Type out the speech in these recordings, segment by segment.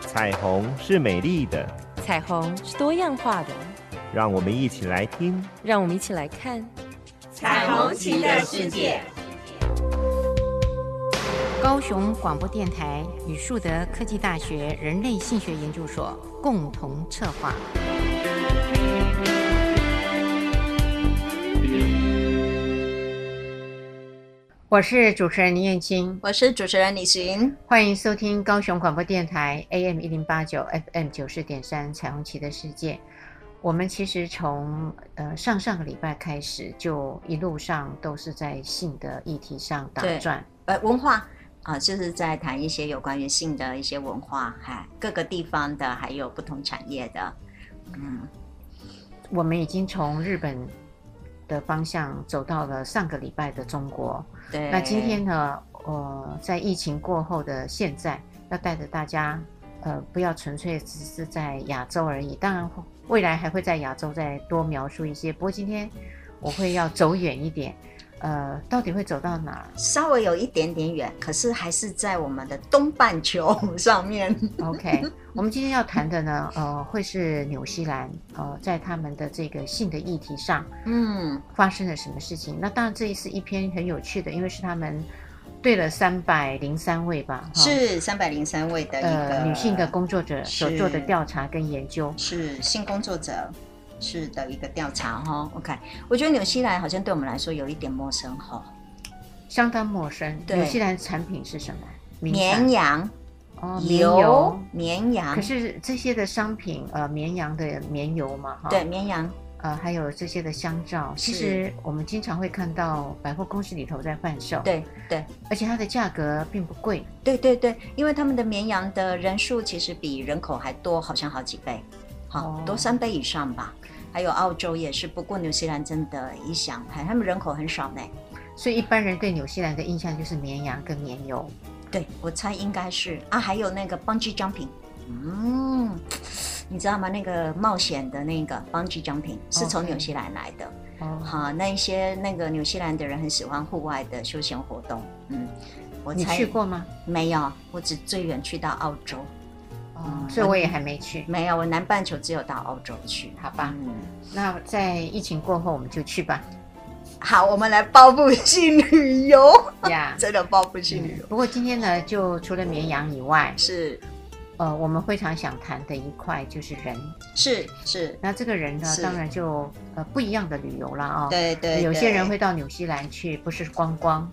彩虹是美丽的，彩虹是多样化的，让我们一起来听。让我们一起来看。彩虹旗的世界。高雄广播电台与树德科技大学人类性学研究所共同策划。我是主持人林燕青，我是主持人李寻，欢迎收听高雄广播电台 AM 一零八九 FM 九四点三《彩虹旗的世界》。我们其实从呃上上个礼拜开始，就一路上都是在性的议题上打对转。呃，文化啊、就是在谈一些有关于性的一些文化，嗨，各个地方的，还有不同产业的，嗯，我们已经从日本的方向走到了上个礼拜的中国。对。那今天呢，呃，在疫情过后的现在，要带着大家，呃，不要纯粹只是在亚洲而已。当然会，未来还会在亚洲再多描述一些。不过今天我会要走远一点，呃，到底会走到哪儿？稍微有一点点远，可是还是在我们的东半球上面。 OK，我们今天要谈的呢，呃，会是纽西兰，呃，在他们的这个性的议题上嗯，发生了什么事情。那当然，这一是一篇很有趣的，因为是他们对了三百零三位吧，哈是三百零三位的一个、呃女性的工作者所是做的调查跟研究。是性工作者是的一个调查哈、哦。OK，我觉得纽西兰好像对我们来说有一点陌生哈、哦。相当陌生。对纽西兰产品是什么？名产绵羊、哦，绵牛油。、绵羊可，是这些的商品，呃，绵羊的绵油嘛，哈，对，绵羊呃，还有这些的香皂，其是实我们经常会看到百货公司里头在贩售，，对对而且它的价格并不贵，对对对，因为他们的绵羊的人数其实比人口还多，好像好几倍，好、哦多三倍以上吧。还有澳洲也是，不过纽西兰真的，一想，哎，他们人口很少呢。所以一般人对纽西兰的印象就是绵羊跟绵油。对，我猜应该是啊，还有那个 bungee jumping，嗯，你知道吗？那个冒险的那个 bungee jumping 是从 OK 纽西兰来的。哦，哈、那一些那个纽西兰的人很喜欢户外的休闲活动。嗯，我你猜去过吗？没有？我只最远去到澳洲，哦，嗯所以我也还没去。没有，我南半球只有到澳洲去。好吧嗯，那在疫情过后我们就 去吧。好，我们来报复性旅游，呀、真的报复性旅游、嗯不过今天呢，就除了绵羊以外，是呃，我们非常想谈的一块就是人。是是，那这个人呢，是当然就呃不一样的旅游了啊、对对，有些人对会到纽西兰去，不是观光，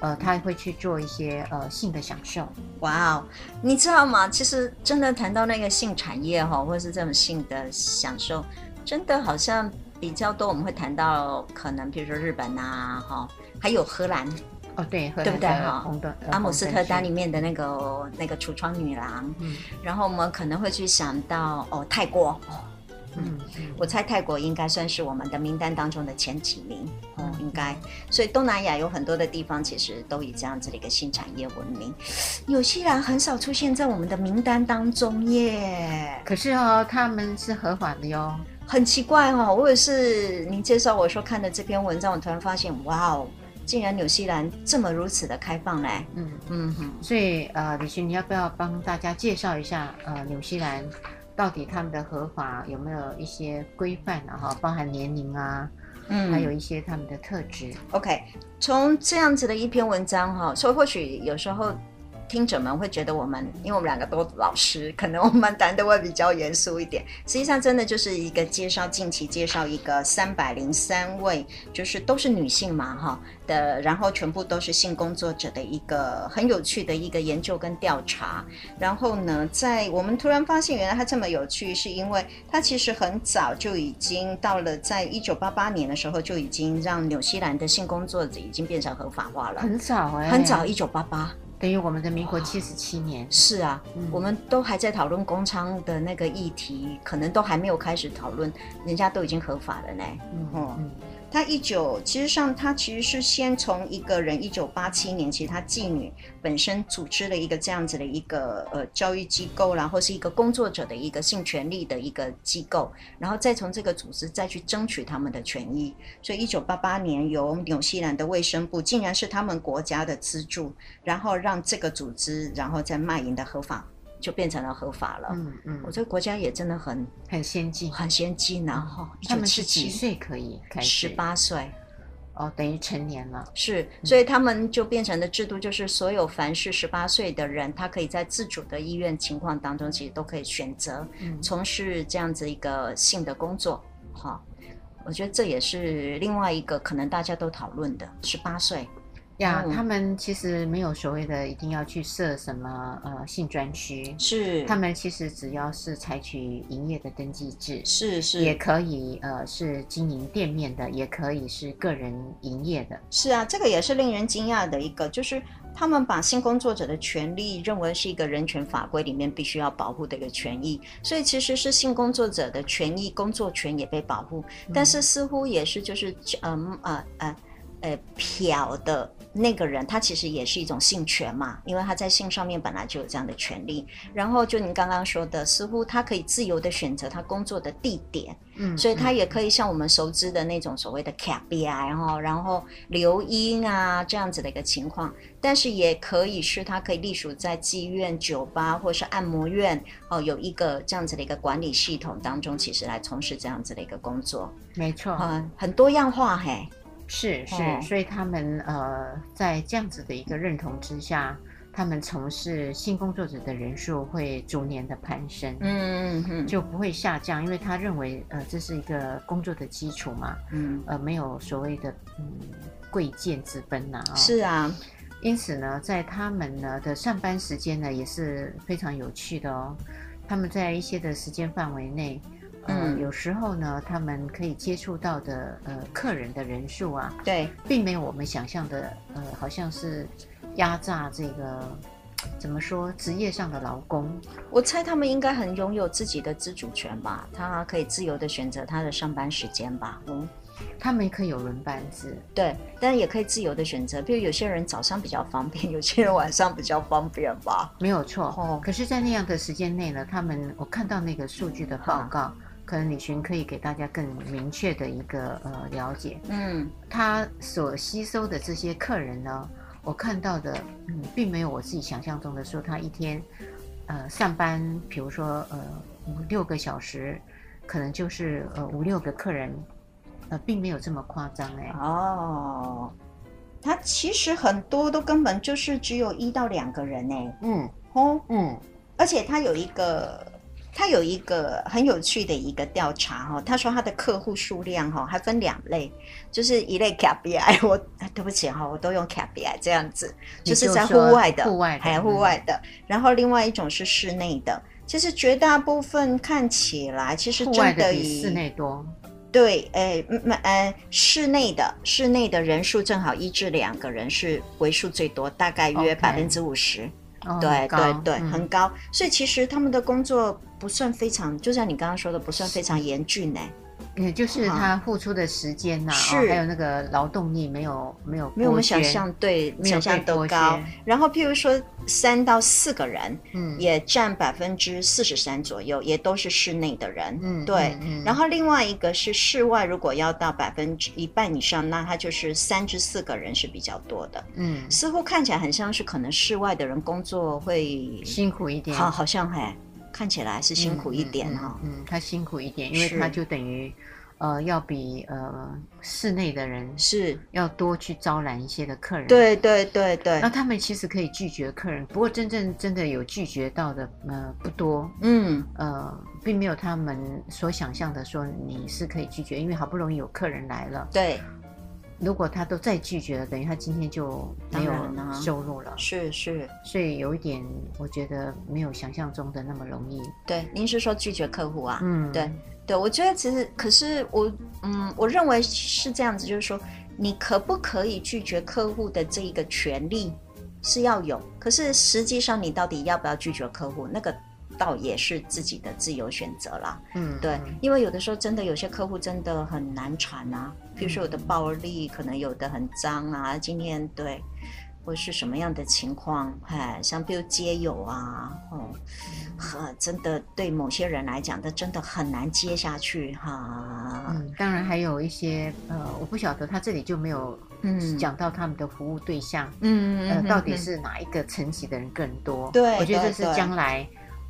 呃，他会去做一些呃性的享受。哇哦，你知道吗？其实真的谈到那个性产业哈、或者是这种性的享受，真的好像比较多，我们会谈到可能比如说日本呐、哈、还有荷兰哦，对，荷对不兰对的哈红灯，呃阿姆斯特丹里，红面的那个那个橱窗女郎，灯区嗯然后我们可能会去想到哦泰国，哦嗯嗯我猜泰国应该算是我们的名单当中的前几名，哦嗯，应该。所以东南亚有很多的地方其实都以这样子的一个新产业闻名，纽西兰很少出现在我们的名单当中耶，可是哦，他们是合法的哟。很奇怪哦。我也是您介绍我说看了这篇文章，我突然发现，哇哦，竟然纽西兰这么如此的开放嘞，嗯，嗯哼，所以呃，李寻，你要不要帮大家介绍一下呃，纽西兰到底他们的合法有没有一些规范啊？哈，包含年龄啊，嗯还有一些他们的特质。 OK，从这样子的一篇文章哈、所以或许有时候听者们会觉得我们，因为我们两个都老师，可能我们谈的会比较严肃一点。实际上，真的就是一个介绍，近期介绍一个三百零三位，就是都是女性嘛哈、的，然后全部都是性工作者的一个很有趣的一个研究跟调查。然后呢，在我们突然发现，原来它这么有趣，是因为它其实很早就已经到了，在一九八八年的时候就已经让纽西兰的性工作者已经变成合法化了，很早哎、很早，一欸九八八。等于我们的民国七十七年。是啊，嗯我们都还在讨论工娼的那个议题，可能都还没有开始讨论，人家都已经合法了呢。嗯哦嗯，他一九，其实上他其实是先从一个人一九八七年，其实他妓女本身组织了一个这样子的一个呃教育机构，然后是一个工作者的一个性权利的一个机构，然后再从这个组织再去争取他们的权益。所以一九八八年由纽西兰的卫生部，竟然是他们国家的资助，然后让这个组织然后再卖淫的合法。就变成了合法了。嗯嗯我，这个国家也真的很很先进。很先进啊，然后一他九们七是几七岁可以开始？十八岁哦，等于成年了。是，所以他们就变成的制度就是，所有凡是十八岁的人，他可以在自主的意愿情况当中，其实都可以选择嗯从事这样子一个性的工作。哈、我觉得这也是另外一个可能大家都讨论的，十八岁呀，嗯他们其实没有所谓的一定要去设什么呃性专区，是他们其实只要是采取营业的登记制，是是也可以呃是经营店面的，也可以是个人营业的。是啊，这个也是令人惊讶的一个，就是他们把性工作者的权利认为是一个人权法规里面必须要保护的一个权益，所以其实是性工作者的权益、工作权也被保护，但是似乎也是就是嗯呃呃呃嫖的那个人，他其实也是一种性权嘛，因为他在性上面本来就有这样的权利。然后就您刚刚说的，似乎他可以自由的选择他工作的地点，嗯所以它嗯也可以像我们熟知的那种所谓的 KPI 哈，然后留音啊这样子的一个情况，但是也可以是它可以隶属在妓院、酒吧或是按摩院哦，有一个这样子的一个管理系统当中，其实来从事这样子的一个工作，没错，很很多样化嘿，是是，啊哦所以他们呃在这样子的一个认同之下，他们从事性工作者的人数会逐年的攀升。嗯嗯就不会下降，因为他认为，呃，这是一个工作的基础嘛，嗯，呃，没有所谓的嗯贵贱之分呐、啊是啊，因此呢，在他们呢的上班时间呢也是非常有趣的哦。他们在一些的时间范围内，呃，嗯有时候呢，他们可以接触到的呃客人的人数啊，对，并没有我们想象的呃，好像是压榨这个怎么说职业上的劳工。我猜他们应该很拥有自己的自主权吧，他可以自由的选择他的上班时间吧，嗯。他们可以有轮班制，对，但也可以自由的选择，比如有些人早上比较方便，有些人晚上比较方便吧。没有错。哦可是，在那样的时间内呢，他们我看到那个数据的报告，可能李寻可以给大家更明确的一个呃了解。嗯，他所吸收的这些客人呢，我看到的，嗯，并没有我自己想象中的说他一天，呃，上班，比如说呃五六个小时，可能就是呃五六个客人，呃，并没有这么夸张哎、啊哦，他其实很多都根本就是只有一到两个人呢、嗯哦，嗯而且他有一个，他有一个很有趣的一个调查哈、哦，他说他的客户数量哈、哦、还分两类，就是一类 KPI，我 啊对不起哈、我都用 KPI 这样子，你就是就在户说外的，户外的嗯还户外的，然后另外一种是室内的。其实绝大部分看起来，其实户外真的比以室内多，对，诶，嗯，嗯呃，室内的室内的人数正好一至两个人是为数最多，大概约 OK 百分之五十。哦对很高对对，嗯很高。所以其实他们的工作不算非常，就像你刚刚说的，不算非常严峻呢、也就是他付出的时间呐、啊是哦，还有那个劳动力没有没有没有我们剥削想象对没想有象被都剥高削。然后譬如说三到四个人，嗯也占百分之四十三左右，也都是室内的人。嗯对。嗯嗯然后另外一个是室外，如果要到百分之一半以上，那它就是三至四个人是比较多的。嗯似乎看起来很像是可能室外的人工作会辛苦一点，好，好像还看起来是辛苦一点哈、嗯嗯嗯嗯他辛苦一点，因为是他就等于呃要比呃室内的人是，要多去招揽一些的客人。。对对对对那，他们其实可以拒绝客人，不过真正真的有拒绝到的，呃，不多，嗯，呃，并没有他们所想象的说你是可以拒绝，因为好不容易有客人来了，对，如果他都再拒绝了，等于他今天就没有当然啦收入了，是是，所以有一点我觉得没有想象中的那么容易。对，您是说拒绝客户啊？嗯，对，对，我觉得其实，可是我，嗯，我认为是这样子，就是说，你可不可以拒绝客户的这一个权利是要有，可是实际上你到底要不要拒绝客户，那个倒也是自己的自由选择啦。嗯，对嗯，因为有的时候真的有些客户真的很难缠啊，比如说有的嗯暴力，可能有的很脏啊，今天对，或是什么样的情况，哎，像比如街友啊，哦，嗯呵，真的对某些人来讲，这真的很难接下去哈。嗯，当然还有一些呃，我不晓得他这里就没有嗯讲到他们的服务对象，呃嗯呃，到底是哪一个层级的人更多？对我觉得对这是对将来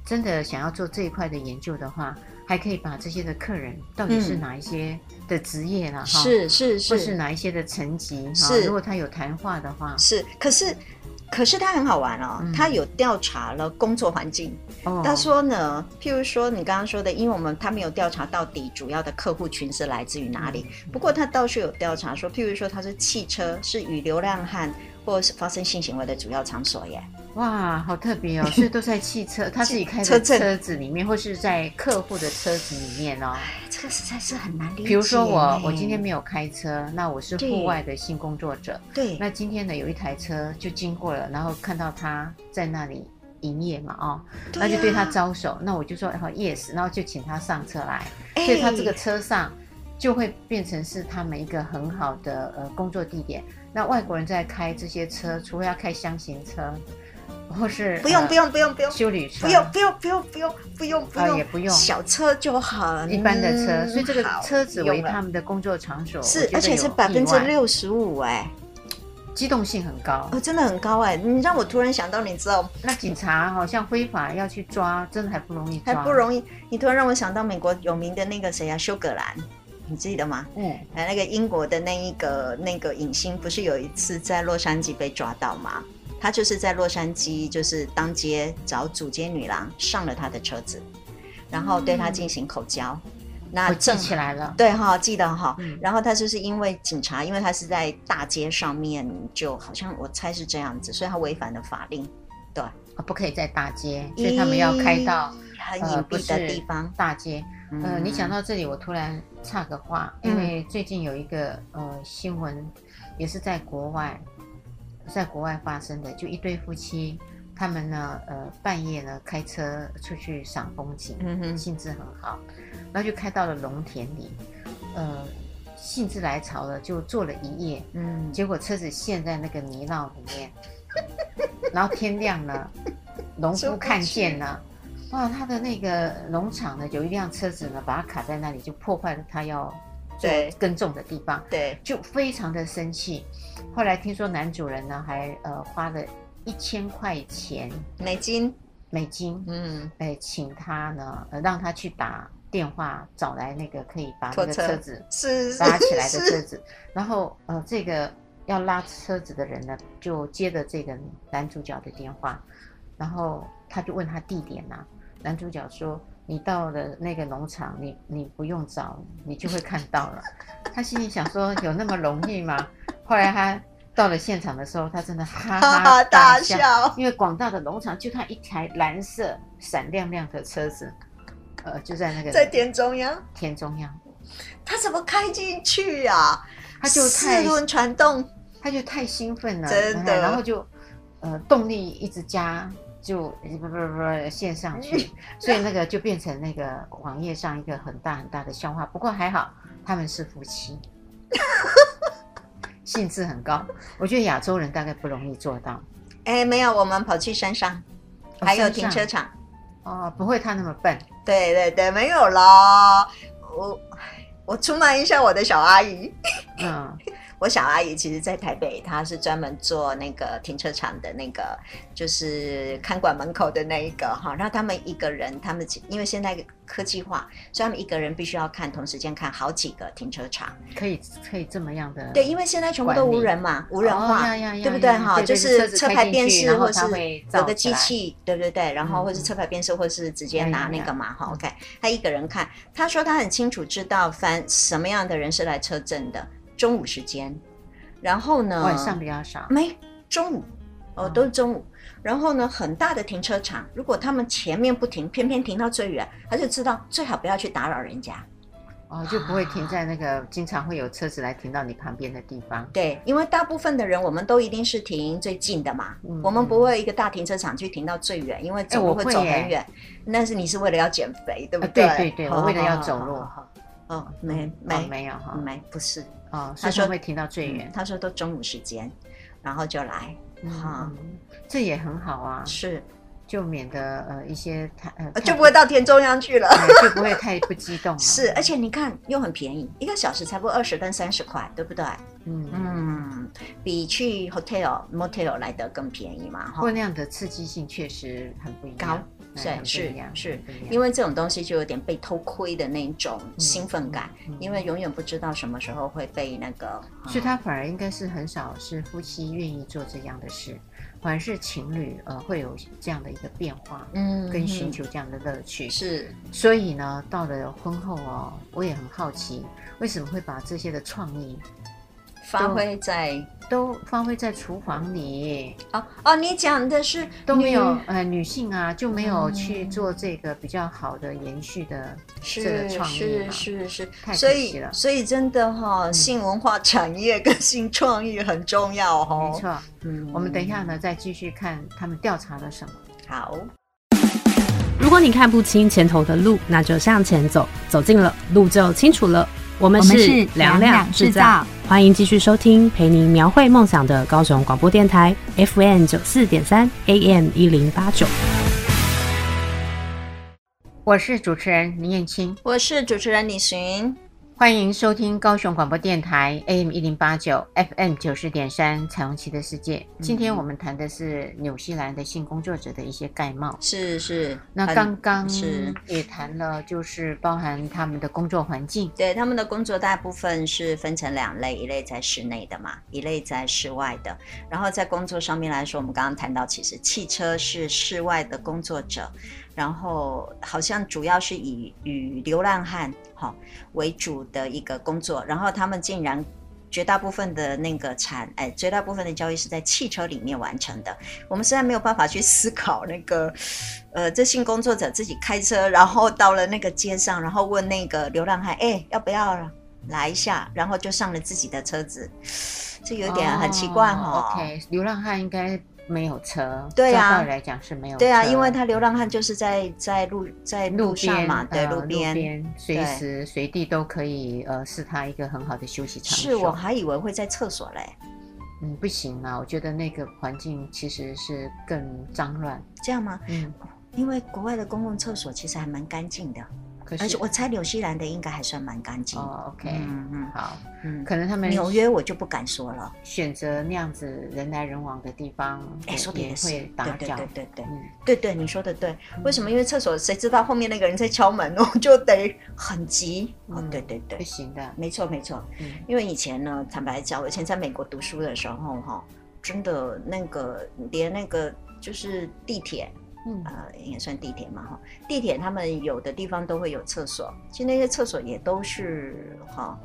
真的想要做这一块的研究的话，还可以把这些的客人到底是嗯哪一些的职业啦，哈、是是或是是哪一些的层级哈，是如果他有谈话的话，是，可是可是他很好玩哦嗯，他有调查了工作环境。哦，他说呢，譬如说你刚刚说的，因为我们他没有调查到底主要的客户群是来自于哪嗯里，不过他倒是有调查说，譬如说他是汽车是与流浪汉或是发生性行为的主要场所耶。哇，好特 别哦，所以都在汽车，他自己开车的震车子里面，或是在客户的车子里面哦。哎这个实在是很难理解。比如说我，我今天没有开车，那我是对户外的性工作者，对那今天呢有一台车就经过了，然后看到他在那里营业嘛，哦，那就对他招，招手，那我就说好 yes，然后就请他上车来，哎所以他这个车上就会变成是他们一个很好的呃工作地点。那外国人在开这些车，除非要开箱型车，或是不用呃不用不用不用修理车，不用不用不用不用不用不啊用也不用小车就很一般的车，所以这个嗯好车子为用了他们的工作场所，我是觉，得而且是有百分意之外，六十五哎，机动性很高。哦，真的很高哎、你让我突然想到，你知道那警察好像非法要去抓，真的还不容易抓，还不容易，你突然让我想到美国有名的那个谁啊，休格兰，你记得吗？易。嗯，哎，那个英国的那一个那个影星，不是有一次在洛杉矶被抓到吗？他就是在洛杉矶，就是当街找主街女郎上了他的车子，然后对他进行口交。那我嗯哦记正起来了。对哈、记得哈、嗯然后他就是因为警察，因为他是在大街上面，就好像我猜是这样子，所以他违反了法令，啊不可以在大街，所以他们要开到很呃隐不蔽的是地方。大街。呃，嗯你讲到这里，我突然插个话，嗯因为最近有一个呃新闻，也是在国外，在国外发生的，就一对夫妻，他们呢呃半夜呢开车出去赏风景，嗯哼兴致很好，然后就开到了农田里，呃兴致来潮了就坐了一夜，嗯，结果车子陷在那个泥淖里面， 然后天亮了，农夫看见了，哇，他的那个农场呢，有一辆车子呢，把他卡在那里，就破坏了他要做对耕种的地方，对，就非常的生气。后来听说男主人呢，还呃花了一千块钱美金，美金，嗯，哎，请他呢，呃，让他去打电话找来那个可以把那个拖车车子是是拉起来的车 是，子，然后呃，这个要拉车子的人呢，就接了这个男主角的电话，然后他就问他地点呐、男主角说：“你到了那个农场，你你不用找，你就会看到了。”他心里想说：“有那么容易吗？”后来他到了现场的时候，他真的哈哈哈大哈大笑笑，，因为广大的农场就他一台蓝色闪亮亮的车子，呃，就在那个在田中央，田中央，他怎么开进去呀？他就四太轮传动，他就太兴奋了，哎真的然后就呃动力一直加，就呃不不不线 上去，所以那个就变成那个网页上一个很大很大的笑话。不过还好他们是夫 妻，兴致很高。我觉得亚洲人大概不容易做到，哎，没有，我们跑去山上，哦还有山停车上场，哦，不会他那么笨。对对对，没有啦，我我出卖一下我的小阿姨。嗯，我小阿姨其实，在台北，她是专门做那个停车场的那个，就是看管门口的那一个哈。然后他们一个人，他们因为现在科技化，所以他们一个人必须要看同时间看好几个停车场。可以可以这么样的。对，因为现在全部都无人嘛，无人化，哦呀呀呀对不对呀哈？对就对对是车子车开牌进辨去识，然后或是它会有造个起机来器，对不对？然后嗯或是车牌辨识，或是直接呀拿呀那呀个嘛哈。嗯 OK，他一个人看，他说他很清楚知道，翻什么样的人是来车震的，中午时间，然后呢，晚上比较少。没中午，哦，嗯都是中午。然后呢，很大的停车场，如果他们前面不停，偏偏停到最远，他就知道最好不要去打扰人家。哦，就不会停在那个经常会有车子来停到你旁边的地方。对，因为大部分的人，我们都一定是停最近的嘛，嗯我们不会一个大停车场去停到最远，因为走哎我路会会走耶很远。那是你是为了要减肥，对不啊对对对对好我为了好要好走好路好好哦，没哦、没没有哈，没，不是，他哦，所以说他会停到最嗯远，他说都中午时间，然后就来，哈嗯，嗯这也很好啊，是就免得呃一些太呃呃太就不会到田中央去了。哎就不会太不激动了， 是，而且你看又很便宜，一个小时才不二十跟三十块，对不对？嗯嗯，嗯，比去 hotel motel 来的更便宜嘛，不过哈。那样的刺激性确实很不一高样，是很不一样，是很不一样因为这种东西就有点被偷窥的那种兴奋感，嗯嗯因为永远不知道什么时候会被那个。呃所以他反而应该是很少是夫妻愿意做这样的事，反而是情侣呃会有这样的一个变化，嗯跟寻求这样的乐趣。是所以呢，到了婚后哦，我也很好奇，为什么会把这些的创意发挥在都发挥在厨房里，哦哦，你讲的是都没有女呃女性啊就没有去嗯做这个比较好的延续的这是个创意是嘛是是，太可所惜以了嗯所以真的哈、性文化产业跟性创意很重要哦。没，错，嗯我们等一下呢再继续看他们调查了什么。好。 如果你看不清前头的路，那就向前走，走近了路就清楚了。我们我们是两两两制造，欢迎继续收听陪您描绘梦想的高雄广播电台 FM 九四点三 AM 一零八九。我是主持人林燕青，我是主持人李寻，欢迎收听高雄广播电台 AM 一零八九 FM 九十点三《彩虹旗的世界》。今天我们谈的是纽西兰的性工作者的一些概貌。是是，那很刚刚是也谈了，就是包含他们的工作环境，对，他们的工作大部分是分成两类，一类在室内的嘛，一类在室外的。然后在工作上面来说，我们刚刚谈到，其实汽车是室外的工作者，然后好像主要是以与流浪汉哈、为主的一个工作，然后他们竟然。绝大部分的那个产，哎，绝大部分的交易是在汽车里面完成的。我们实在没有办法去思考那个， 呃，这性工作者自己开车，然后到了那个街上，然后问那个流浪汉，哎，要不要来一下？然后就上了自己的车子，这有点很奇怪哦。 OK，流浪汉应该没有车，对啊照道理来讲是没有车。对啊，因为他流浪汉就是在在路在路路上边嘛，对，嗯呃路边。随时随地都可以，呃，是他一个很好的休息场所。是我还以为会在厕所嘞，嗯，不行啦，我觉得那个环境其实是更脏乱。这样吗？嗯，因为国外的公共厕所其实还蛮干净的，可是而且我猜纽西兰的应该还算蛮干净。哦，OK，、嗯嗯好，嗯，可能他们纽约我就不敢说了。选择那样子人来人往的地方，哎，说的也也是会，打对对搅。对对对嗯，对对，你说的对。为什么？因为厕所谁知道后面那个人在敲门， 我就得很急。哦，嗯对对不对，行的。没错没错。嗯，因为以前呢，坦白讲，我以前在美国读书的时候，哈，真的那个连那个就是地铁，嗯呃，也算地铁嘛，哈，地铁他们有的地方都会有厕所，其实那些厕所也都是哈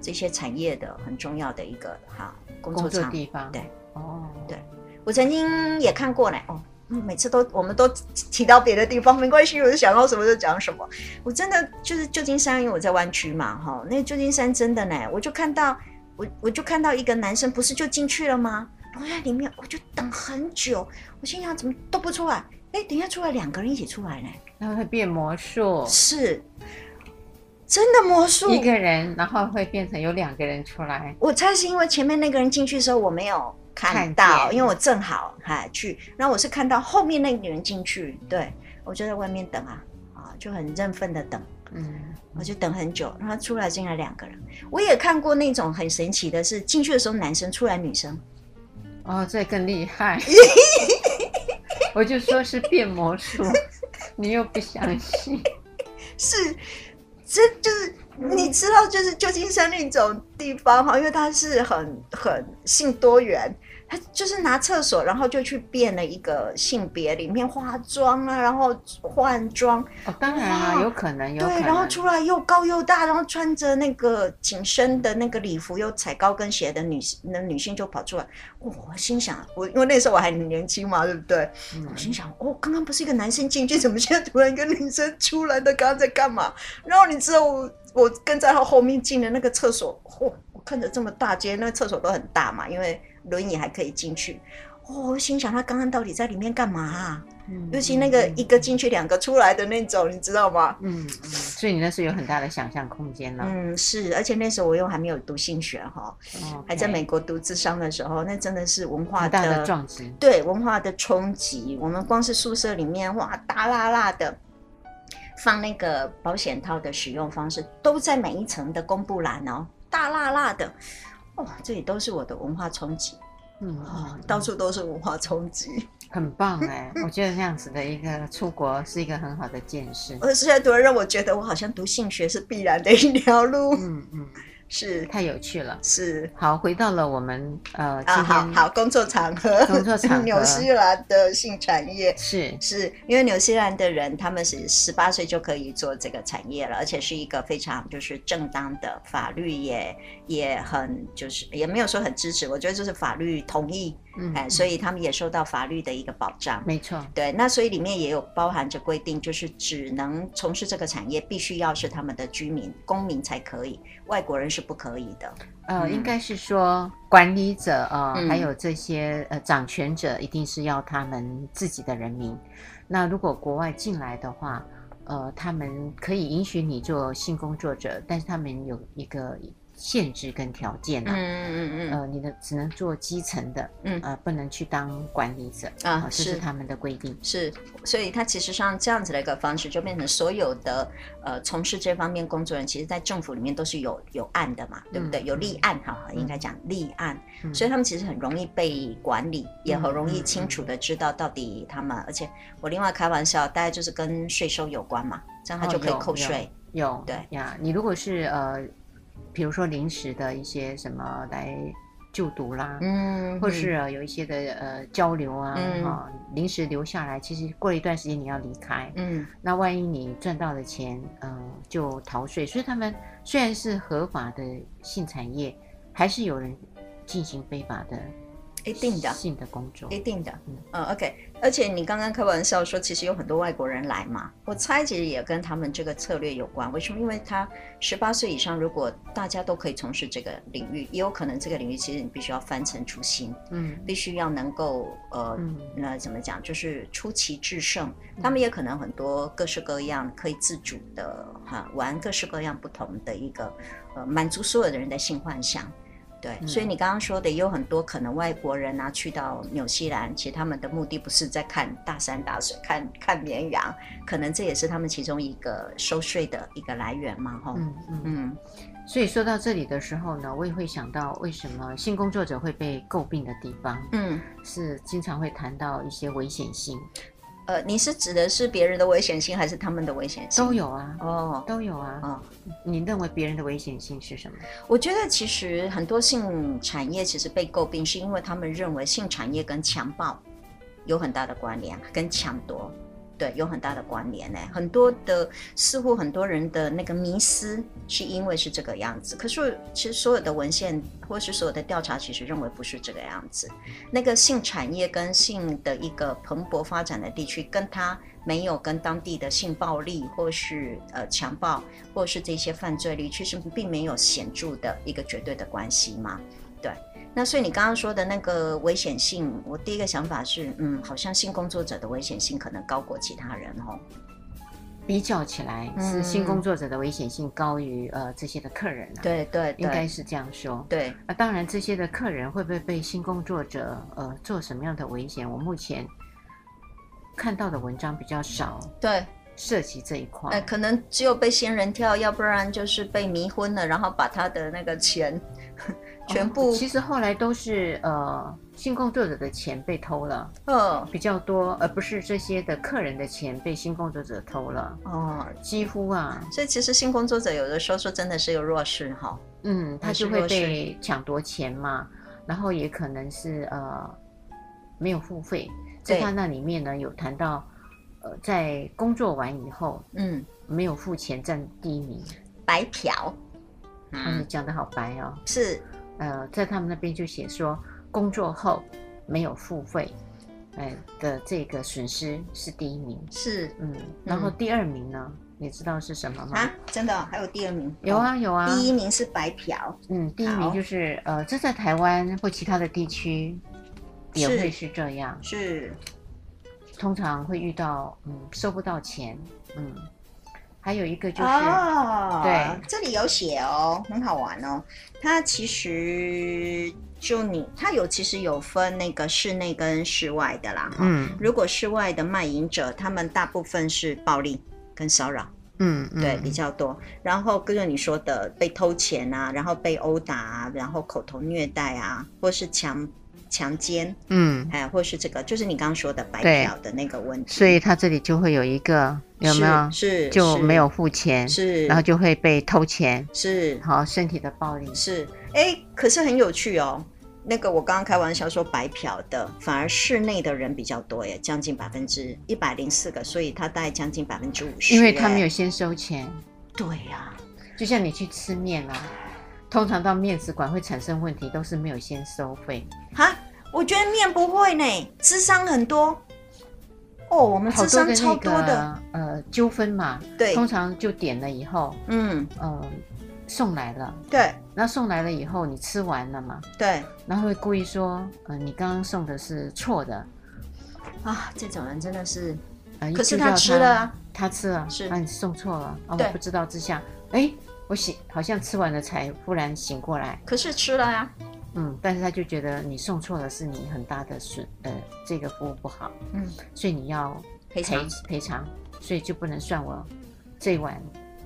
这些产业的很重要的一个哈工工作作场。地方。对。哦，对我曾经也看过呢，哦。嗯每次都我们都提到别的地方，没关系，我就想到什么就讲什么。我真的就是旧金山，因为我在湾区嘛，哈，那旧金山真的呢，我就看到我我就看到一个男生不是就进去了吗？然后在里面我就等很久，我心想怎么都不出来，哎，等一下出来两个人一起出来呢，那会变魔术，是真的魔术一。个人，然后会变成有两个人出来。我猜是因为前面那个人进去的时候我没有看看到，见因为我正好哈去，然后我是看到后面那个女人进去，对我就在外面等啊啊，就很认份的等，嗯，我就等很久，然后出来进来两个人。我也看过那种很神奇的是，进去的时候男生，出来女生，哦，这更厉 害。我就说是变魔术， 你又不相信。是，这就是你知道，就是旧金山那种地方哈，因为它是很很性多元，它就是拿厕所，然后就去变了一个性别，里面化妆啊，然后换装，哦，当然啊，哇有可能，有可对，能。然后出来又高又大，然后穿着那个紧身的那个礼服，又踩高跟鞋的女那女性就跑出来，哇我心想，我因为那时候我还很年轻嘛，对不对？嗯我心想，哦，刚刚不是一个男生进去，怎么现在突然一个女生出来的？刚刚在干嘛？然后你知道我，我跟在他后面进的那个厕所，哦，我看着这么大间，那个厕所都很大嘛，因为轮椅还可以进去。哦，我心想他刚刚到底在里面干嘛、啊？嗯尤其那个一个进去两个出来的那种，你知道吗？嗯，嗯所以你那是有很大的想象空间了。嗯，是，而且那时候我又还没有读心学哈，哦，嗯还在美国读智商的时候，那真的是文化很的大的撞击。对文化的冲击。我们光是宿舍里面哇，大辣辣的放那个保险套的使用方式，都在每一层的公布栏哦，大辣辣的，哦，这也都是我的文化冲击。嗯，哦嗯嗯，到处都是文化冲击。很棒哎、我觉得这样子的一个出国是一个很好的见识。而现在读了让我觉得我好像读性学是必然的一条路。嗯嗯，是太有趣了。是好，回到了我们呃，今啊，天好好工作场合，工作场合纽西兰的性产业。是是因为纽西兰的人，他们是十八岁就可以做这个产业了，而且是一个非常就是正当的法律也也很就是也没有说很支持，我觉得就是法律同意，嗯，哎，所以他们也受到法律的一个保障。没错，对，那所以里面也有包含着规定，就是只能从事这个产业，必须要是他们的居民、公民才可以，外国人是不可以的。呃，嗯应该是说管理者呃，嗯还有这些呃掌权者，一定是要他们自己的人民。那如果国外进来的话，呃，他们可以允许你做性工作者，但是他们有一个限制跟条件啊。嗯呃，你的只能做基层的，嗯呃，不能去当管理者啊呃这是是他们的规定。是，所以它其实上这样子的一个方式，就变成所有的呃从事这方面工作人，其实在政府里面都是有有案的嘛，对不对？嗯有立案哈，嗯应该讲立案，嗯所以他们其实很容易被管理，也很容易嗯清楚的知道到底他们。而且我另外开玩笑，大概就是跟税收有关嘛，这样他哦就可以有扣有税。有对呀，你如果是呃，比如说临时的一些什么来就读啦，嗯或是呃有一些的呃交流啊，哈、嗯临时留下来，其实过一段时间你要离开，嗯那万一你赚到的钱，嗯、就逃税，所以他们虽然是合法的性产业，还是有人进行非法的一定的。性的工作一，定的嗯，嗯，OK。而且你刚刚开玩笑说，其实有很多外国人来嘛，我猜其实也跟他们这个策略有关。为什么？因为他十八岁以上，如果大家都可以从事这个领域，也有可能这个领域其实你必须要翻尘除新，嗯必须要能够呃，嗯那怎么讲，就是出奇制胜。他们也可能很多各式各样可以自主的哈，玩各式各样不同的一个呃，满足所有的人的性幻想。对，嗯所以你刚刚说的也有很多可能外国人啊去到纽西兰，其实他们的目的不是在看大山大水、看看绵羊，可能这也是他们其中一个收税的一个来源嘛，吼。嗯嗯嗯所以说到这里的时候呢，我也会想到为什么性工作者会被诟病的地方，嗯，是经常会谈到一些危险性，呃，你是指的是别人的危险性还是他们的危险性？都有啊，哦。都有啊。哦，你认为别人的危险性是什么？我觉得其实很多性产业其实被诟病，是因为他们认为性产业跟强暴有很大的关联，啊跟抢夺对有很大的关联呢。很多的似乎很多人的那个迷思是因为是这个样子，可是其实所有的文献或是所有的调查其实认为不是这个样子。那个性产业跟性的一个蓬勃发展的地区，跟它没有跟当地的性暴力或是呃强暴或是这些犯罪率，其实并没有显著的一个绝对的关系嘛。对，那所以你刚刚说的那个危险性，我第一个想法是，嗯，好像性工作者的危险性可能高过其他人哦。比较起来，是嗯性工作者的危险性高于呃这些的客人啊。，对对应该对是这样说。对，啊，当然这些的客人会不会被性工作者呃做什么样的危险？我目前看到的文章比较少对，涉及这一块。呃，可能只有被仙人跳，要不然就是被迷昏了，然后把他的那个钱 全部哦其实后来都是呃性工作者的钱被偷了哦比较多，呃而不是这些的客人的钱被性工作者偷了。哦，几乎啊，所以其实性工作者有的时候说真的是有弱势哈、嗯，他还是就会弱势被抢夺钱嘛，然后也可能是呃没有付费，在对他那里面呢有谈到，呃，在工作完以后嗯，没有付钱占第一名，白嫖，嗯，嗯，你讲的好白哦，是呃，在他们那边就写说工作后没有付费，呃的这个损失是第一名，是嗯，然后第二名呢，你知道是什么吗？啊，真的哦、还有第二名？有啊有哦，啊，第一名是白嫖，嗯，第一好名就是呃，这在台湾或其他的地区也是会是这样，是通常会遇到嗯收不到钱，嗯，还有一个就是、哦，对，这里有写哦，很好玩哦。它其实就你，它有其实有分那个室内跟室外的啦。哈、嗯如果室外的卖淫者，他们大部分是暴力跟骚扰，嗯对、比较多。然后跟着你说的被偷钱啊，然后被殴打啊，然后口头虐待啊，或是强强奸，嗯，哎、或是这个就是你刚刚说的白对嫖的那个问题，所以他这里就会有一个有没有是是就是没有付钱，是，然后就会被偷钱，是好身体的暴力，是，哎，可是很有趣哦。那个我刚刚开玩笑说白嫖的，反而室内的人比较多耶，将近百分之一百零四个，所以他大概将近百分之五十。因为他没有先收钱，对呀、就像你去吃面啊，通常到面食馆会产生问题，都是没有先收费，哈，我觉得面不会呢，智商很多哦，我们好智多的商超那多的，个呃纠纷嘛，对通常就点了以后，嗯，呃送来了，对那送来了以后你吃完了嘛，对然后会故意说，呃你刚刚送的是错的，啊，这种人真的是啊，可是就他叫吃了啊，他吃了，是啊，你送错了啊，对我不知道之下，哎，我醒，好像吃完了才忽然醒过来，可是吃了呀、嗯，但是他就觉得你送错了是你很大的损，呃，这个服务不好，嗯，所以你要赔偿赔偿，所以就不能算我这一碗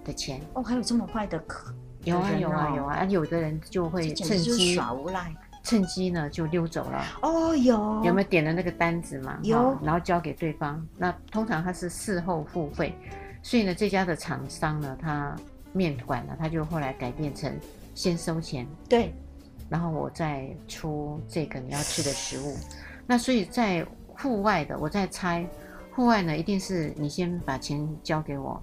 的钱。哦，还有这么坏的可，有啊人有啊哦有啊，啊有的人就这会简趁直就是机耍无赖趁机呢就溜走了。哦，有有没有点了那个单子嘛？有哦然后交给对方。那通常他是事后付费，所以呢，这家的厂商呢，他面馆呢，他就后来改变成先收钱，对然后我再出这个你要吃的食物。那所以在户外的，我在猜，户外呢一定是你先把钱交给我，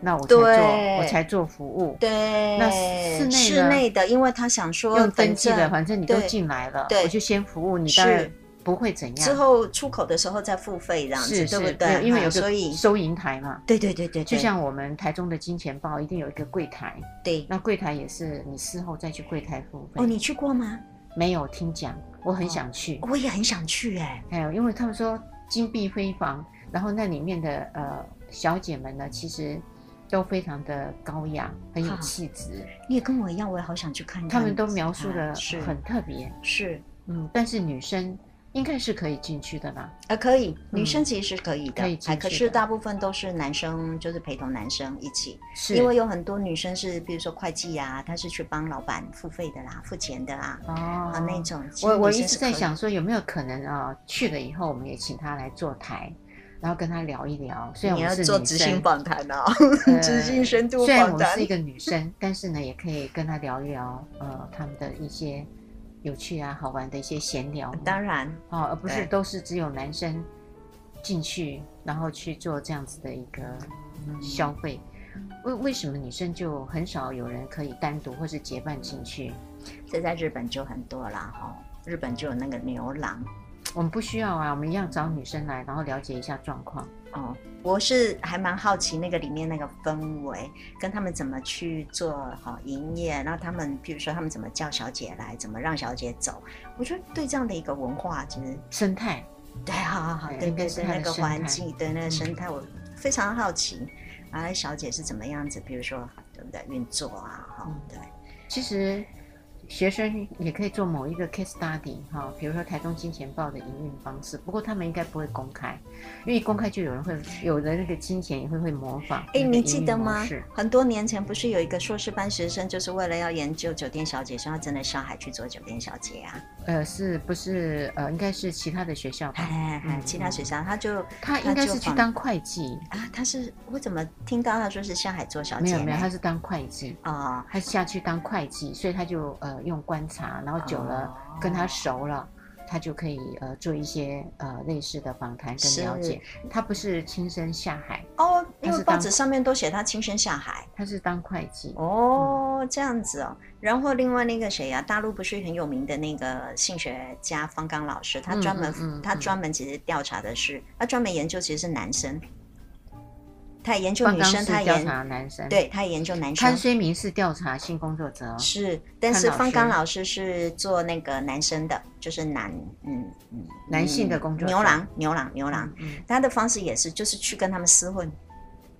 那我才做，对我才做服务。对，那室内室呢内的，因为他想说用反登记的，正反正你都对进来了，对我就先服务你，是当然不会怎样。之后出口的时候再付费这样子，啊对是是，不没有对？因为哈有所以个收银台嘛，对对对对，对就像我们台中的金钱豹一定有一个柜台，对那柜台也是你事后再去柜台付费。哦，你哦去过吗？没有听讲，我很想去。我也很想去哎，还有，因为他们说金碧辉煌，然后那里面的呃小姐们呢，其实都非常的高雅，很有好气质，你也跟我一样，我也好想去看看。他们都描述的啊是很特别。是嗯，但是女生应该是可以进去的吧？啊，可以，女生其实是可以的，嗯可以进去哎可是的大部分都是男生，就是陪同男生一起，是因为有很多女生是，比如说会计啊，她是去帮老板付费的啦，付钱的啦，哦，啊那种。其实我我女生一直是可在以想说，有没有可能啊、去了以后我们也请他来坐台，然后跟他聊一聊。虽然你我要是做女执生行访谈哦， 呃执行深度虽然访我们谈是一。个女生，但是呢，也可以跟他聊一聊呃他们的一些有趣啊、好玩的一些闲聊嘛。当然，哦，而不是对都是只有男生进去，然后去做这样子的一个消嗯费。为为什么女生就很少有人可以单独或是结伴进去？这在日本就很多啦哈、日本就有那个牛郎我们不需要啊，我们一样找女生来，然后了解一下状况。哦。我是还蛮好奇那个里面那个氛围，跟他们怎么去做好、营业，然后他们比如说他们怎么叫小姐来，怎么让小姐走，我觉得对这样的一个文化，其实生态，对，啊好好好，对对应该对是对，它那的个生态嗯环境，对那个生态，我非常好奇，啊，小姐是怎么样子，比如说对不对运作啊，哈、嗯对，其实学生也可以做某一个 case study 哈、比如说台中金钱豹的营运方式，不过他们应该不会公开，因为一公开就有人会有的那个金钱也会会模仿。哎，你记得吗？是，很多年前不是有一个硕士班学生，就是为了要研究酒店小姐，所以他真的上海去做酒店小姐啊，呃，是不是呃，应该是其他的学校吧？哎、嗯其他学校他就他应该是就去仿当会计，啊，他是我怎么听到他说是上海做小没姐有呢？没有，他是当会计。哦他下去当会计，所以他就呃用观察，然后久了、哦跟他熟了，他就可以呃做一些呃类似的访谈跟是了解。他不是亲身下海，哦，因他为是报当纸上面都写他亲身下海。他是当会计。哦，这样子哦。然后另外那个谁呀、啊大陆不是很有名的那个性学家方刚老师，他嗯专门、嗯嗯他嗯专门其实调查的是，他专门研究其实是男生，他也研究刚女刚生，是他也调研查男生，，对，他也研究男生潘。虽明是调查性工作者哦，是，但潘是老方刚师老师是做那个男生的，就是男，嗯嗯，男性的嗯工作牛者郎，牛郎，牛郎，嗯，他的方式也是，就是去跟他们厮混，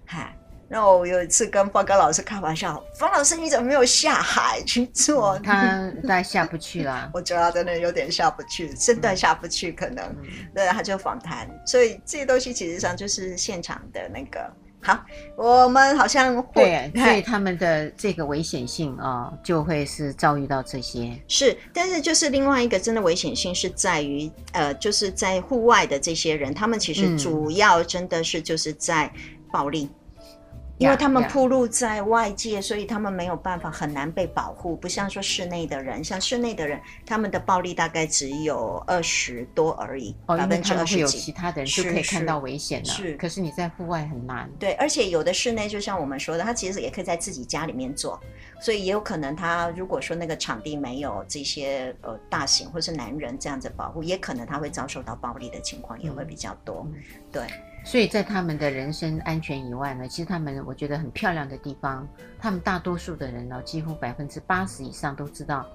嗨。然后我有一次跟方刚老师开玩笑，方老师你怎么没有下海去做？。嗯他大概下不去啦 我觉得他真的有点下不去，真的下不去，可能、嗯对他就访谈，所以这些东西其实上就是现场的那个好，我们好像对会，所以他们的这个危险性啊、就会是遭遇到这些。是，但是就是另外一个真的危险性是在于，呃，就是在户外的这些人，他们其嗯实主要真的是就是在暴力。因为 Yeah, 他们 yeah. 暴露在外界，所以他们没有办法，很难被保护。不像说室内的人，像室内的人，他们的暴力大概只有二十多而已，哦，百因为分之他二们会十有几其。他的人就是可以看是到危险了。是可是你在户外很难。对，而且有的室内，就像我们说的，他其实也可以在自己家里面做，所以也有可能他如果说那个场地没有这些呃大型或是男人这样子保护，也可能他会遭受到暴力的情况也会比较多。嗯对，所以在他们的人身安全以外呢，其实他们我觉得很漂亮的地方，他们大多数的人呢，几乎百分之八十以上都知道，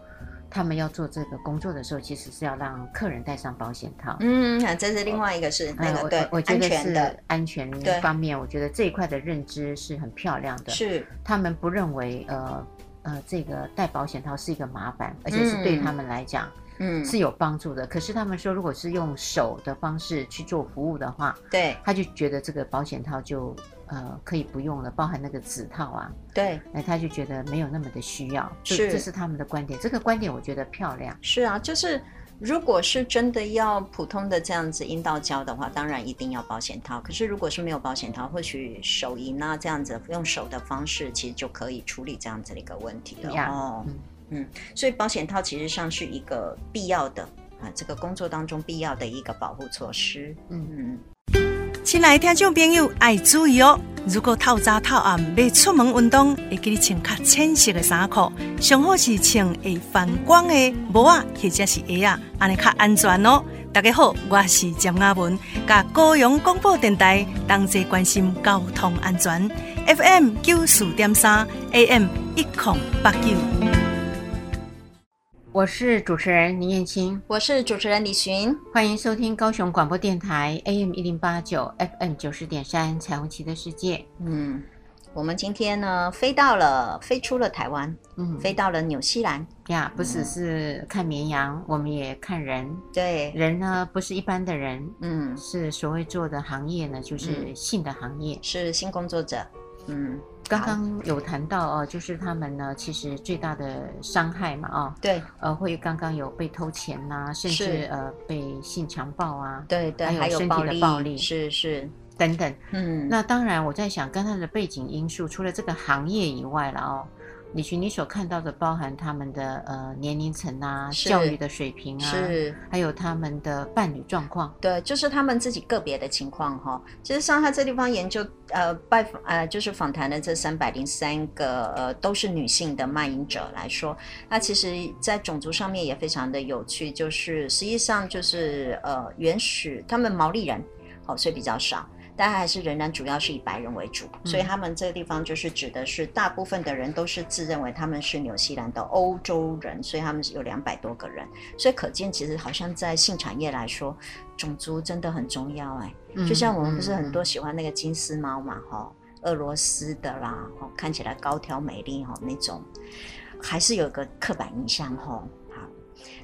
他们要做这个工作的时候，其实是要让客人带上保险套。嗯，啊这是另外一个是那嗯个、我对我我觉安得全是的，安全对方面，我觉得这一块的认知是很漂亮的。是他们不认为呃呃这个戴保险套是一个麻烦，而且是对他们来讲、嗯是有帮助的。可是他们说，如果是用手的方式去做服务的话，对他就觉得这个保险套就呃可以不用了，包含那个指套啊，对哎、他就觉得没有那么的需要。这是这是他们的观点，这个观点我觉得漂亮。是啊，就是如果是真的要普通的这样子阴道胶的话，当然一定要保险套。可是如果是没有保险套，或许手淫啊这样子用手的方式，其实就可以处理这样子的一个问题了。呀哦嗯，嗯，所以保险套其实上是一个必要的啊，这个工作当中必要的一个保护措施。嗯嗯。亲爱的听众朋友，要注意哦！如果透早透暗要出门运动，会记得穿较浅色的衫裤，上好是穿会反光的帽啊，或者是鞋啊，安尼较安全哦。大家好，我是詹雅文，甲高阳广播电台同齐关心交通安全，FM 九四点三，AM 一零八九。我是主持人倪燕青，我是主持人李寻，欢迎收听高雄广播电台 AM 一零八九 FM 九十点三《彩虹旗的世界》。嗯，我们今天呢飞到了，飞出了台湾，嗯，飞到了纽西兰，呀，不只是看绵羊，我们也看人。对，人呢，不是一般的人，嗯，是所谓做的行业呢，就是嗯性的行业。是新工作者，嗯，刚好刚有谈到哦，就是他们呢，其实最大的伤害嘛，哦，对呃，会刚刚有被偷钱呐、甚至是呃被性强暴啊对对，还有还有身体暴的力，暴力是是，等等。嗯，那当然，我在想，跟他的背景因素，除了这个行业以外了哦，李群，你所看到的包含他们的呃年龄层啊、是教育的水平啊，是。还有他们的伴侣状况。对，就是他们自己个别的情况哈、其实上他这地方研究，呃，拜访呃，就是访谈的这三百零三个呃都是女性的卖淫者来说，那其实，在种族上面也非常的有趣，就是实际上就是呃原始他们毛利人，好、所以比较少。但还是仍然主要是以白人为主，所以他们这个地方就是指的是大部分的人都是自认为他们是纽西兰的欧洲人，所以他们有两百多个人，所以可见其实好像在性产业来说，种族真的很重要哎、嗯就像我们不是很多喜欢那个金丝猫嘛，哈、俄罗斯的啦，哦，看起来高挑美丽哦那种，还是有个刻板印象哦。好，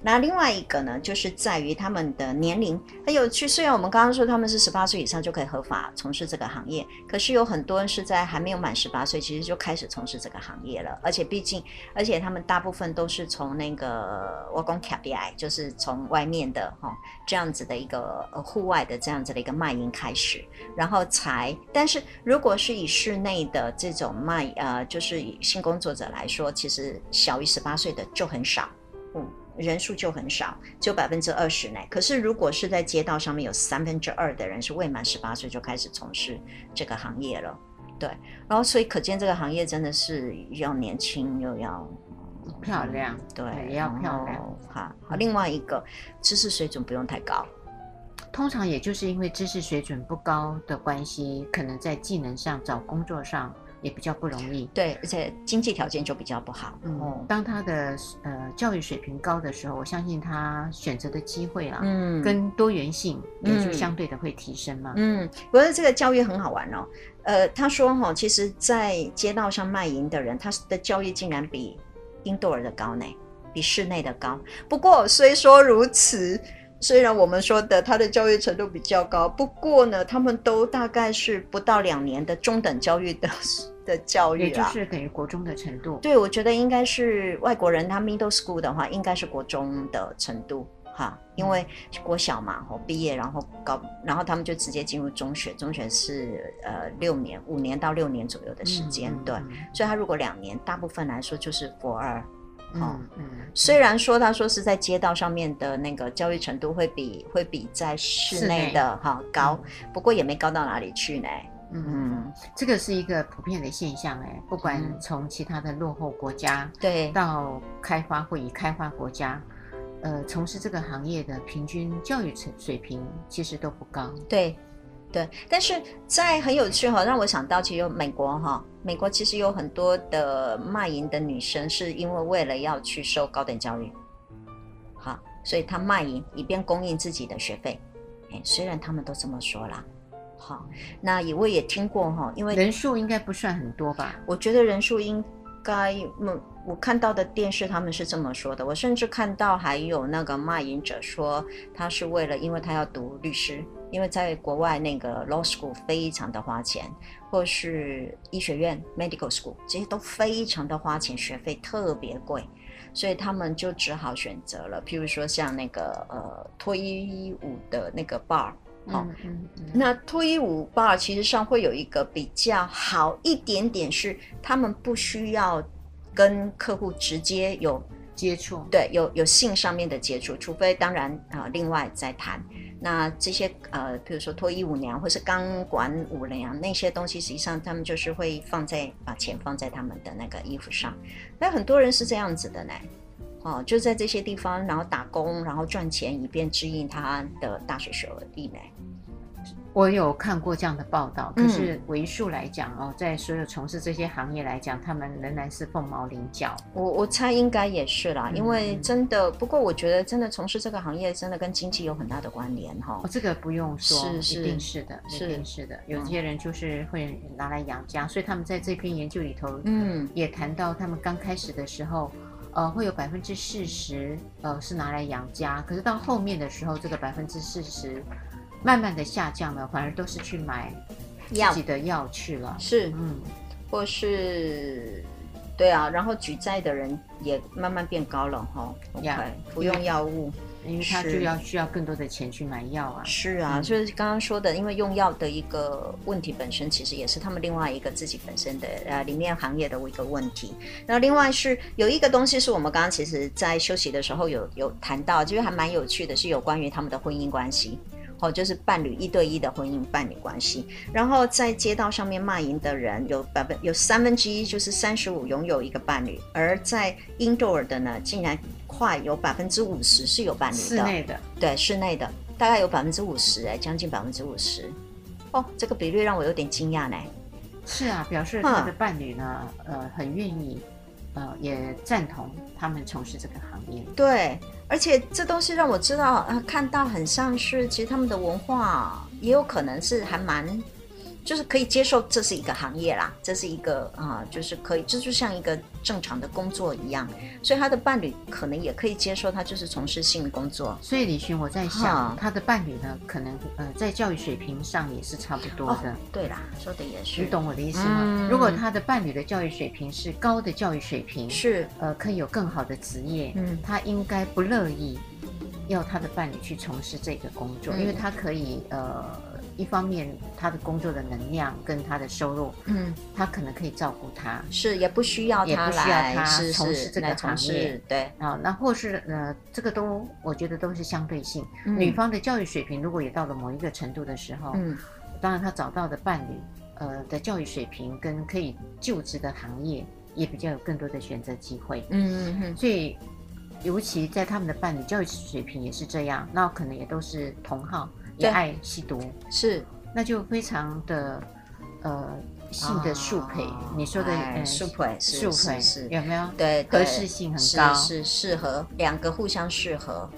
那另外一个呢，就是在于他们的年龄很有趣。虽然我们刚刚说他们是十八岁以上就可以合法从事这个行业，可是有很多人是在还没有满十八岁，其实就开始从事这个行业了。而且毕竟，而且他们大部分都是从那个我讲 KPI，就是从外面的哈、哦、这样子的一个呃户外的这样子的一个卖淫开始。然后才，但是如果是以室内的这种卖呃，就是以性工作者来说，其实小于十八岁的就很少，嗯，人数就很少，只有百分之二十呢。可是如果是在街道上面，有三分之二的人是未满十八岁就开始从事这个行业了，对，然后所以可见这个行业真的是要年轻又要。嗯漂亮对，也要漂亮嗯然后。好，好另外一个知识水准不用太高，通常也就是因为知识水准不高的关系，可能在技能上、找工作上也比较不容易。对，而且经济条件就比较不好。嗯哦，当他的呃教育水平高的时候，我相信他选择的机会啊，嗯跟多元性也就嗯相对的会提升嘛。嗯，不过这个教育很好玩哦。呃，他说哈、其实，在街道上卖淫的人，他的教育竟然比英多尔的高呢，比室内的高。不过虽说如此，虽然我们说的他的教育程度比较高，不过呢，他们都大概是不到两年的中等教育的的教也育啊就啦。是等于国中的程度。对，我觉得应该是外国人他 middle school 的话，应该是国中的程度哈，因嗯为国小嘛，吼毕业然后高，然后他们就直接进入中学，中学是呃六年，五年到六年左右的嗯时间，嗯对。嗯所以他如果两年，大部分来说就是国二。哦嗯嗯，虽然说他说是在街道上面的那个教育程度会比会比在室室内内的哈高，不过也没高到哪里去呢。嗯，嗯，这个是一个普遍的现象哎，不嗯管从其他的落后国家对，到开发或已开发国家，呃，从事这个行业的平均教育水水平其实都不高。对，对，但是在很有趣哈、让我想到其实有美国哈、美国其实有很多的卖淫的女生是因为为了要去受高等教育，好，所以她卖淫以便供应自己的学费。哎，虽然他们都这么说啦，好，那也我也听过哈、因为人数应该不算很多吧？我觉得人数应该，嗯，我看到的电视他们是这么说的。我甚至看到还有那个卖淫者说，他是为了，因为他要读律师，因为在国外那个 law school 非常的花钱，或是医学院 medical school 这些都非常的花钱，学费特别贵。所以他们就只好选择了，譬如说像那个呃脱衣舞的那个 bar，好嗯嗯嗯那脱衣舞 bar 其实上会有一个比较好一点点，是他们不需要跟客户直接有接触对有有性上面的接触，除非当然啊、呃另外再谈。那这些呃，比如说脱衣舞娘或是钢管舞娘那些东西，实际上他们就是会放在把钱放在他们的那个衣服上。那很多人是这样子的呢，哦，就在这些地方，然后打工，然后赚钱，以便支应他的大学学历呢。我有看过这样的报道，嗯可是为数来讲哦，在所有从事这些行业来讲，他们仍然是凤毛麟角。我我猜应该也是啦，嗯因为真的，不过我觉得真的从事这个行业，真的跟经济有很大的关联哈哦，。这个不用说，是是一定是的，是嗯一定是的。有些人就是会拿来养家，所以他们在这篇研究里头，嗯，也谈到他们刚开始的时候，呃，会有百分之四十，呃，是拿来养家。可是到后面的时候，这个百分之四十慢慢的下降了，反而都是去买药自己的药去了。是，嗯，或是对啊，然后举债的人也慢慢变高了哈。OK，呀服用药物因为他就是要需要更多的钱去买药啊。是啊，嗯就是刚刚说的，因为用药的一个问题本身，其实也是他们另外一个自己本身的呃里面行业的一个问题。然后另外是有一个东西是我们刚刚其实在休息的时候有有谈到，就是还蛮有趣的，是有关于他们的婚姻关系。哦，就是伴侣一对一的婚姻伴侣关系，然后在街道上面卖淫的人有百分有三分之一，就是三十五拥有一个伴侣，而在 indoor 的呢，竟然快有百分之五十是有伴侣的。室内的，对，室内的大概有百分之五十，哎，将近百分之五十。哦，这个比率让我有点惊讶呢。是啊，表示嗯他的伴侣呢，呃，很愿意，呃，也赞同他们从事这个行业。对，而且这东西让我知道，呃，看到很像是，其实他们的文化也有可能是还蛮，就是可以接受这是一个行业啦，这是一个啊、呃就是可以，这就像一个正常的工作一样，所以他的伴侣可能也可以接受他就是从事性工作。所以李寻，我在哈想，他的伴侣呢，可能呃，在教育水平上也是差不多的。对啦，说的也是，你懂我的意思吗？嗯如果他的伴侣的教育水平是高的教育水平，是，呃，可以有更好的职业，嗯他应该不乐意要他的伴侣去从事这个工作，嗯因为他可以呃，一方面他的工作的能量跟他的收入，嗯，他可能可以照顾他。是，也不需要也他不需要来他是从是事这个来从行业事，对，啊，那或是呃，这个都我觉得都是相对性。嗯女方的教育水平如果也到了某一个程度的时候，嗯。当然她找到的伴侣，呃的教育水平跟可以就职的行业也比较有更多的选择机会。嗯嗯嗯，所以，尤其在他们的伴侣教育水平也是这样，那可能也都是同好，对也爱吸毒，是那就非常的呃性的速配。啊你说的哎呃速配是速配是是，有没有？对，合对适性很是高是适合，两个互相适合，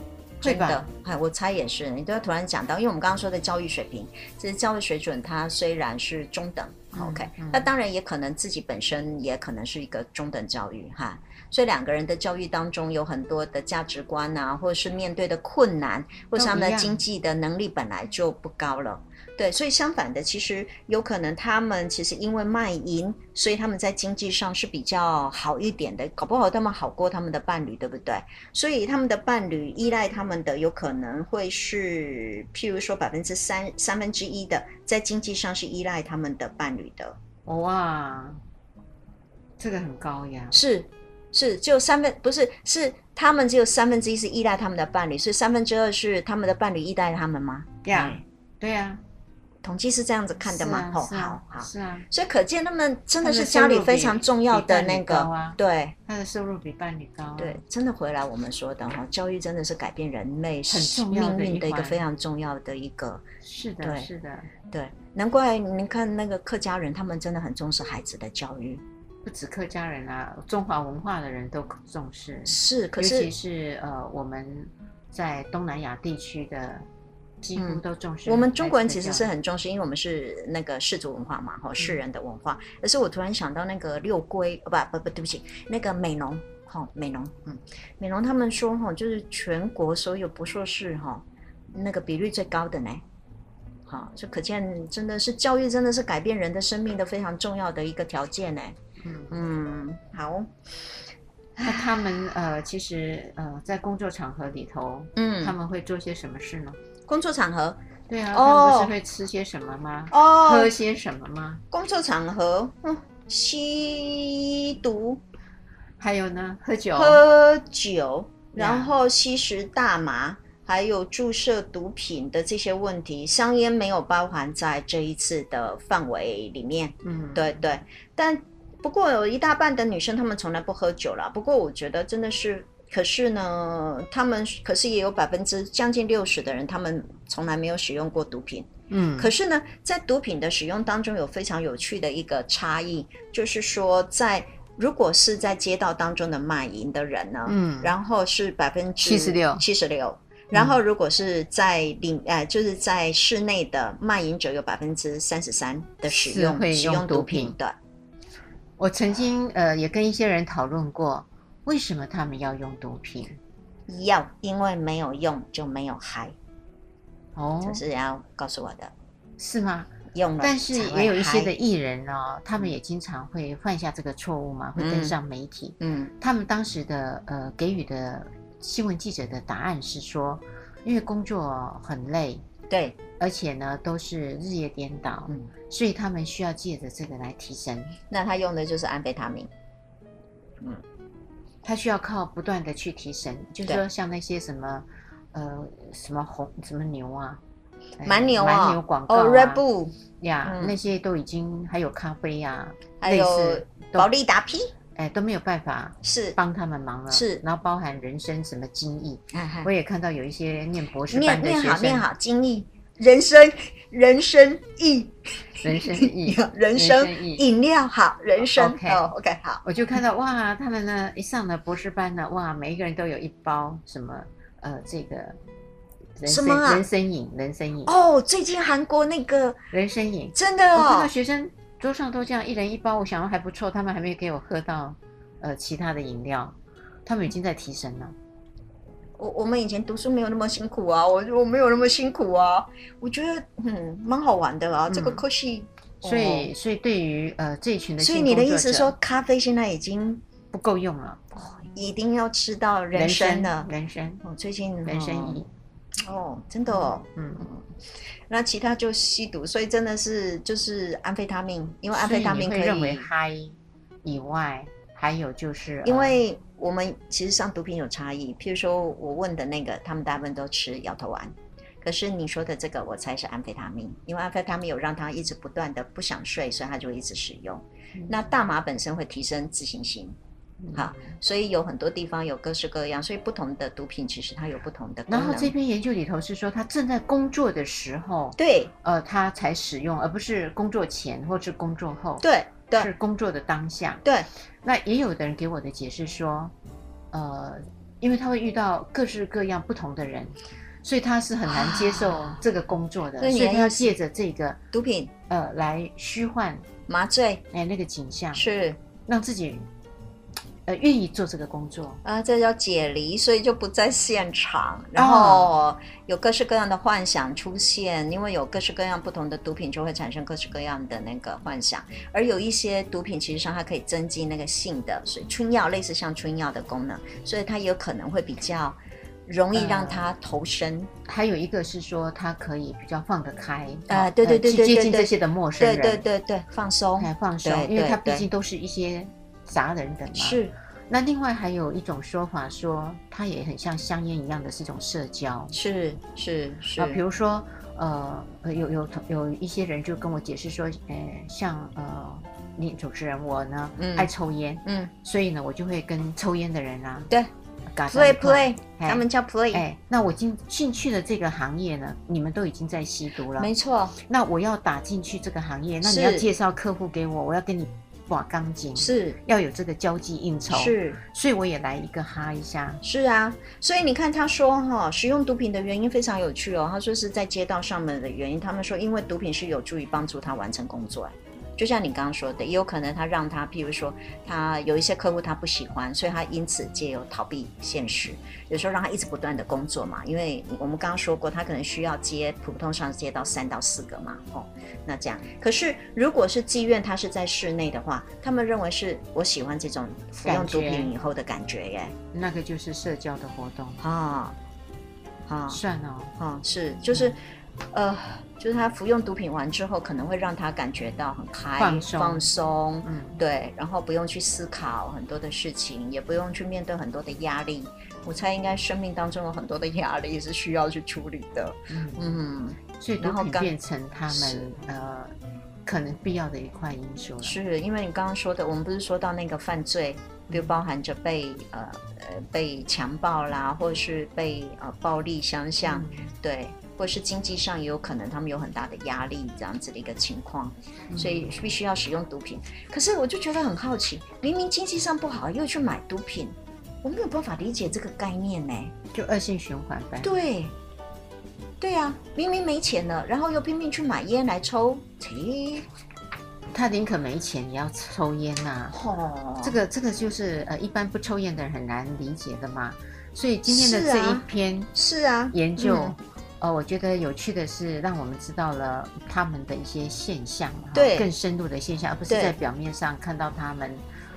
会真吧的哎，我猜也是，你都突然讲到，因为我们刚刚说的教育水平，其实教育水准它虽然是中等、嗯 o k 嗯那当然也可能自己本身也可能是一个中等教育哈，所以两个人的教育当中有很多的价值观啊，或者是面对的困难，或是他们都一的样经济的能力本来就不高了。对，所以相反的，其实有可能他们其实因为卖淫，所以他们在经济上是比较好一点的，搞不好他们好过他们的伴侣，对不对？所以他们的伴侣依赖他们的，有可能会是，譬如说百分之三三分之一的，在经济上是依赖他们的伴侣的，哇，这个很高呀。是是，就三分不是是他们只有三分之一是依赖他们的伴侣，所以三分之二是他们的伴侣依赖他们吗？呀、对呀、统计是这样子嗯看的是吗啊？哦，是啊好好。是啊，所以可见他们真的他是们家收里入非比常重要比的伴那侣个，高啊对他的收入比伴侣高、啊。对，真的回来我们说的哈，教育真的是改变人类很是重要命的运一的一个环非常重要的一个是的，对是的，对，难怪你看那个客家人，他们真的很重视孩子的教育。不止客家人啊，中华文化的人都重视，是，可尤是其是呃我们在东南亚地区的，几乎嗯都重视孩子的教育、我们中国人其实是很重视，因为我们是那个氏族文化嘛，哈，士人的文化。可是我突然想到那个六龟，呃不不不，对不起，那个美浓，哈，美浓，嗯，美浓他们说哈，就是全国所有博硕士哈，那个比率最高的呢。好，就可见真的是教育真的是改变人的生命的非常重要的一个条件呢。嗯嗯，好，那他们呃，其实呃，在工作场合里头，嗯，他们会做些什么事呢？工作场合对啊，哦他们不是会吃些什么吗？哦喝些什么吗？工作场合，嗯，吸毒、还有呢，喝酒。喝酒，呀然后吸食大麻，还有注射毒品的这些问题，香烟没有包含在这一次的范围里面。嗯，对对，但不过有一大半的女生她们从来不喝酒啦。不过我觉得真的是，可是呢，她们可是也有百分之将近六十的人，她们从来没有使用过毒品。嗯，可是呢，在毒品的使用当中有非常有趣的一个差异，就是说在。如果是在街道当中的卖淫的人呢，嗯然后是百分之76七十六，嗯然后如果是在领呃，就是在室内的卖淫者有百分之三十三的使是用会使用用毒毒品品的，我曾经呃也跟一些人讨论过，为什么他们要用毒品？要因为没有用就没有嗨，哦，这是要告诉我的，是吗？用了但是才会也有一些嗨的艺人哦，他们也经常会犯下这个错误嘛，会登嗯上媒体。嗯他们当时的呃给予的新闻记者的答案是说，因为工作很累，对而且呢都是日夜颠倒，嗯，所以他们需要借着这个来提神。那他用的就是安非他命，他需要靠不断的去提神，就是对说像那些什么呃什么红什么牛啊，呃蛮牛啊，蛮牛广告、啊、哦，Red Bull。呀，嗯那些都已经还有咖啡呀、啊，还类有似都保利达 P 哎都没有办法是，帮他们忙了。是然后包含人生什么精益，哎哎我也看到有一些念博士念班的念学好生，念好，精益人生人生意，，人生意 人生意。饮料好，人生 OK 哦，OK 好，我就看到哇，他们呢一上了博士班呢，哇，每一个人都有一包什么呃这个人什参、么啊人参饮、人参饮、哦，最近韩国那个人参饮。真的我看到哦，学生桌上都这样一人一包，我想还不错，他们还没有给我喝到呃其他的饮料，他们已经在提神了。我我们以前读书没有那么辛苦啊，我我没有那么辛苦啊，我觉得嗯蛮好玩的啊，这个嗯科系，所以，所以对于呃这一群的哦所性以工你作者，的意思说咖啡现在已经不够用了，一定要吃到人参哦了？人参，我最近人参哦饮，哦，真的哦。嗯，那其他就吸毒，所以真的是就是安非他命，因为安所非以你他命可会以，认为嗨以外，还有就是呃因为我们其实上毒品有差异，譬如说我问的那个，他们大部分都吃摇头丸，可是你说的这个我猜是安非他命，因为安非他命有让他一直不断的不想睡，所以他就一直使用。嗯那大麻本身会提升自信心，好，所以有很多地方有各式各样，所以不同的毒品其实它有不同的功然能。后这篇研究里头是说，他正在工作的时候，对呃，他才使用，而不是工作前或是工作后，，对是对工作的当下。对，那也有的人给我的解释说，呃，因为他会遇到各式各样不同的人，所以他是很难接受这个工作的，啊所以你所以的他要意思借着这个毒品、呃来虚幻麻醉哎那个景象，是让自己呃愿意做这个工作。啊，这叫解离，所以就不在现场，哦然后有各式各样的幻想出现，因为有各式各样不同的毒品就会产生各式各样的那个幻想，而有一些毒品其实上它可以增进那个性的，所以春药类似像春药的功能，所以它也有可能会比较容易嗯让它投身，还有一个是说他可以比较放得开，呃哦对对对去对接对近对这些的陌生对人，对对对，放松来放松对，因为对他毕对竟都是一些杂人等嘛。。是那另外还有一种说法说，它也很像香烟一样的是一种社交是是是，啊，比如说呃，呃有有同有一些人就跟我解释说，呃，像呃，你主持人我呢、嗯爱抽烟，嗯所以呢我就会跟抽烟的人啊，对嘎在一，play 块 play，哎他们叫 play，、哎，那我进进去了这个行业呢，你们都已经在吸毒了，没错。那我要打进去这个行业，那你是要介绍客户给我，我要跟你挂钢筋，是要有这个交际应酬，，是所以我也来一个哈一下，是啊，所以你看他说哈、使用毒品的原因非常有趣哦。他说是在街道上面的原因，他们说因为毒品是有助于帮助他完成工作，就像你刚刚说的，也有可能他让他，譬如说他有一些客户他不喜欢，所以他因此借由逃避现实，有时候让他一直不断的工作嘛，因为我们刚刚说过，他可能需要接普通上接到三到四个嘛，哦，那这样。可是如果是妓院，他是在室内的话，他们认为是我喜欢这种服用感毒觉品以后的感觉耶，那个就是社交的活动，啊、啊、算哦，啊、是，就是，呃，就是他服用毒品完之后，可能会让他感觉到很开放松放松嗯，对，然后不用去思考很多的事情，也不用去面对很多的压力。我猜应该生命当中有很多的压力是需要去处理的。嗯，嗯，所以毒然后品刚变成他是们呃可能必要的一块因素了，是因为你刚刚说的，我们不是说到那个犯罪，比如包含着被呃呃被强暴啦，或者是被呃暴力相向，嗯对，或是经济上也有可能他们有很大的压力这样子的一个情况，所以必须要使用毒品。可是我就觉得很好奇，明明经济上不好又去买毒品，我没有办法理解这个概念呢、就恶性循环呗，对，对啊，明明没钱了，然后又拼命去买烟来抽，切，他宁可没钱也要抽烟呐、哦，这个这个就是呃，一般不抽烟的人很难理解的嘛。所以今天是的这一啊篇是啊，研究，嗯呃，我觉得有趣的是，让我们知道了他们的一些现象，哈对更深入的现象，而不是对在表面上看到他们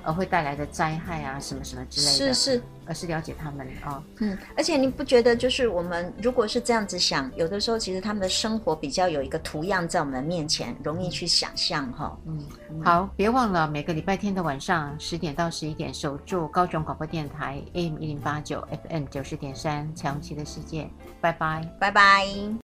呃会带来的灾害啊什么什么之类是的，是，而是了解他们哦。嗯，而且你不觉得就是我们如果是这样子想，有的时候其实他们的生活比较有一个图样在我们面前，容易去想象哈。嗯，好，别忘了每个礼拜天的晚上十点到十一点，守住高雄广播电台 AM 一零八九 FM 九十点三《彩虹旗的世界》，拜拜。拜拜。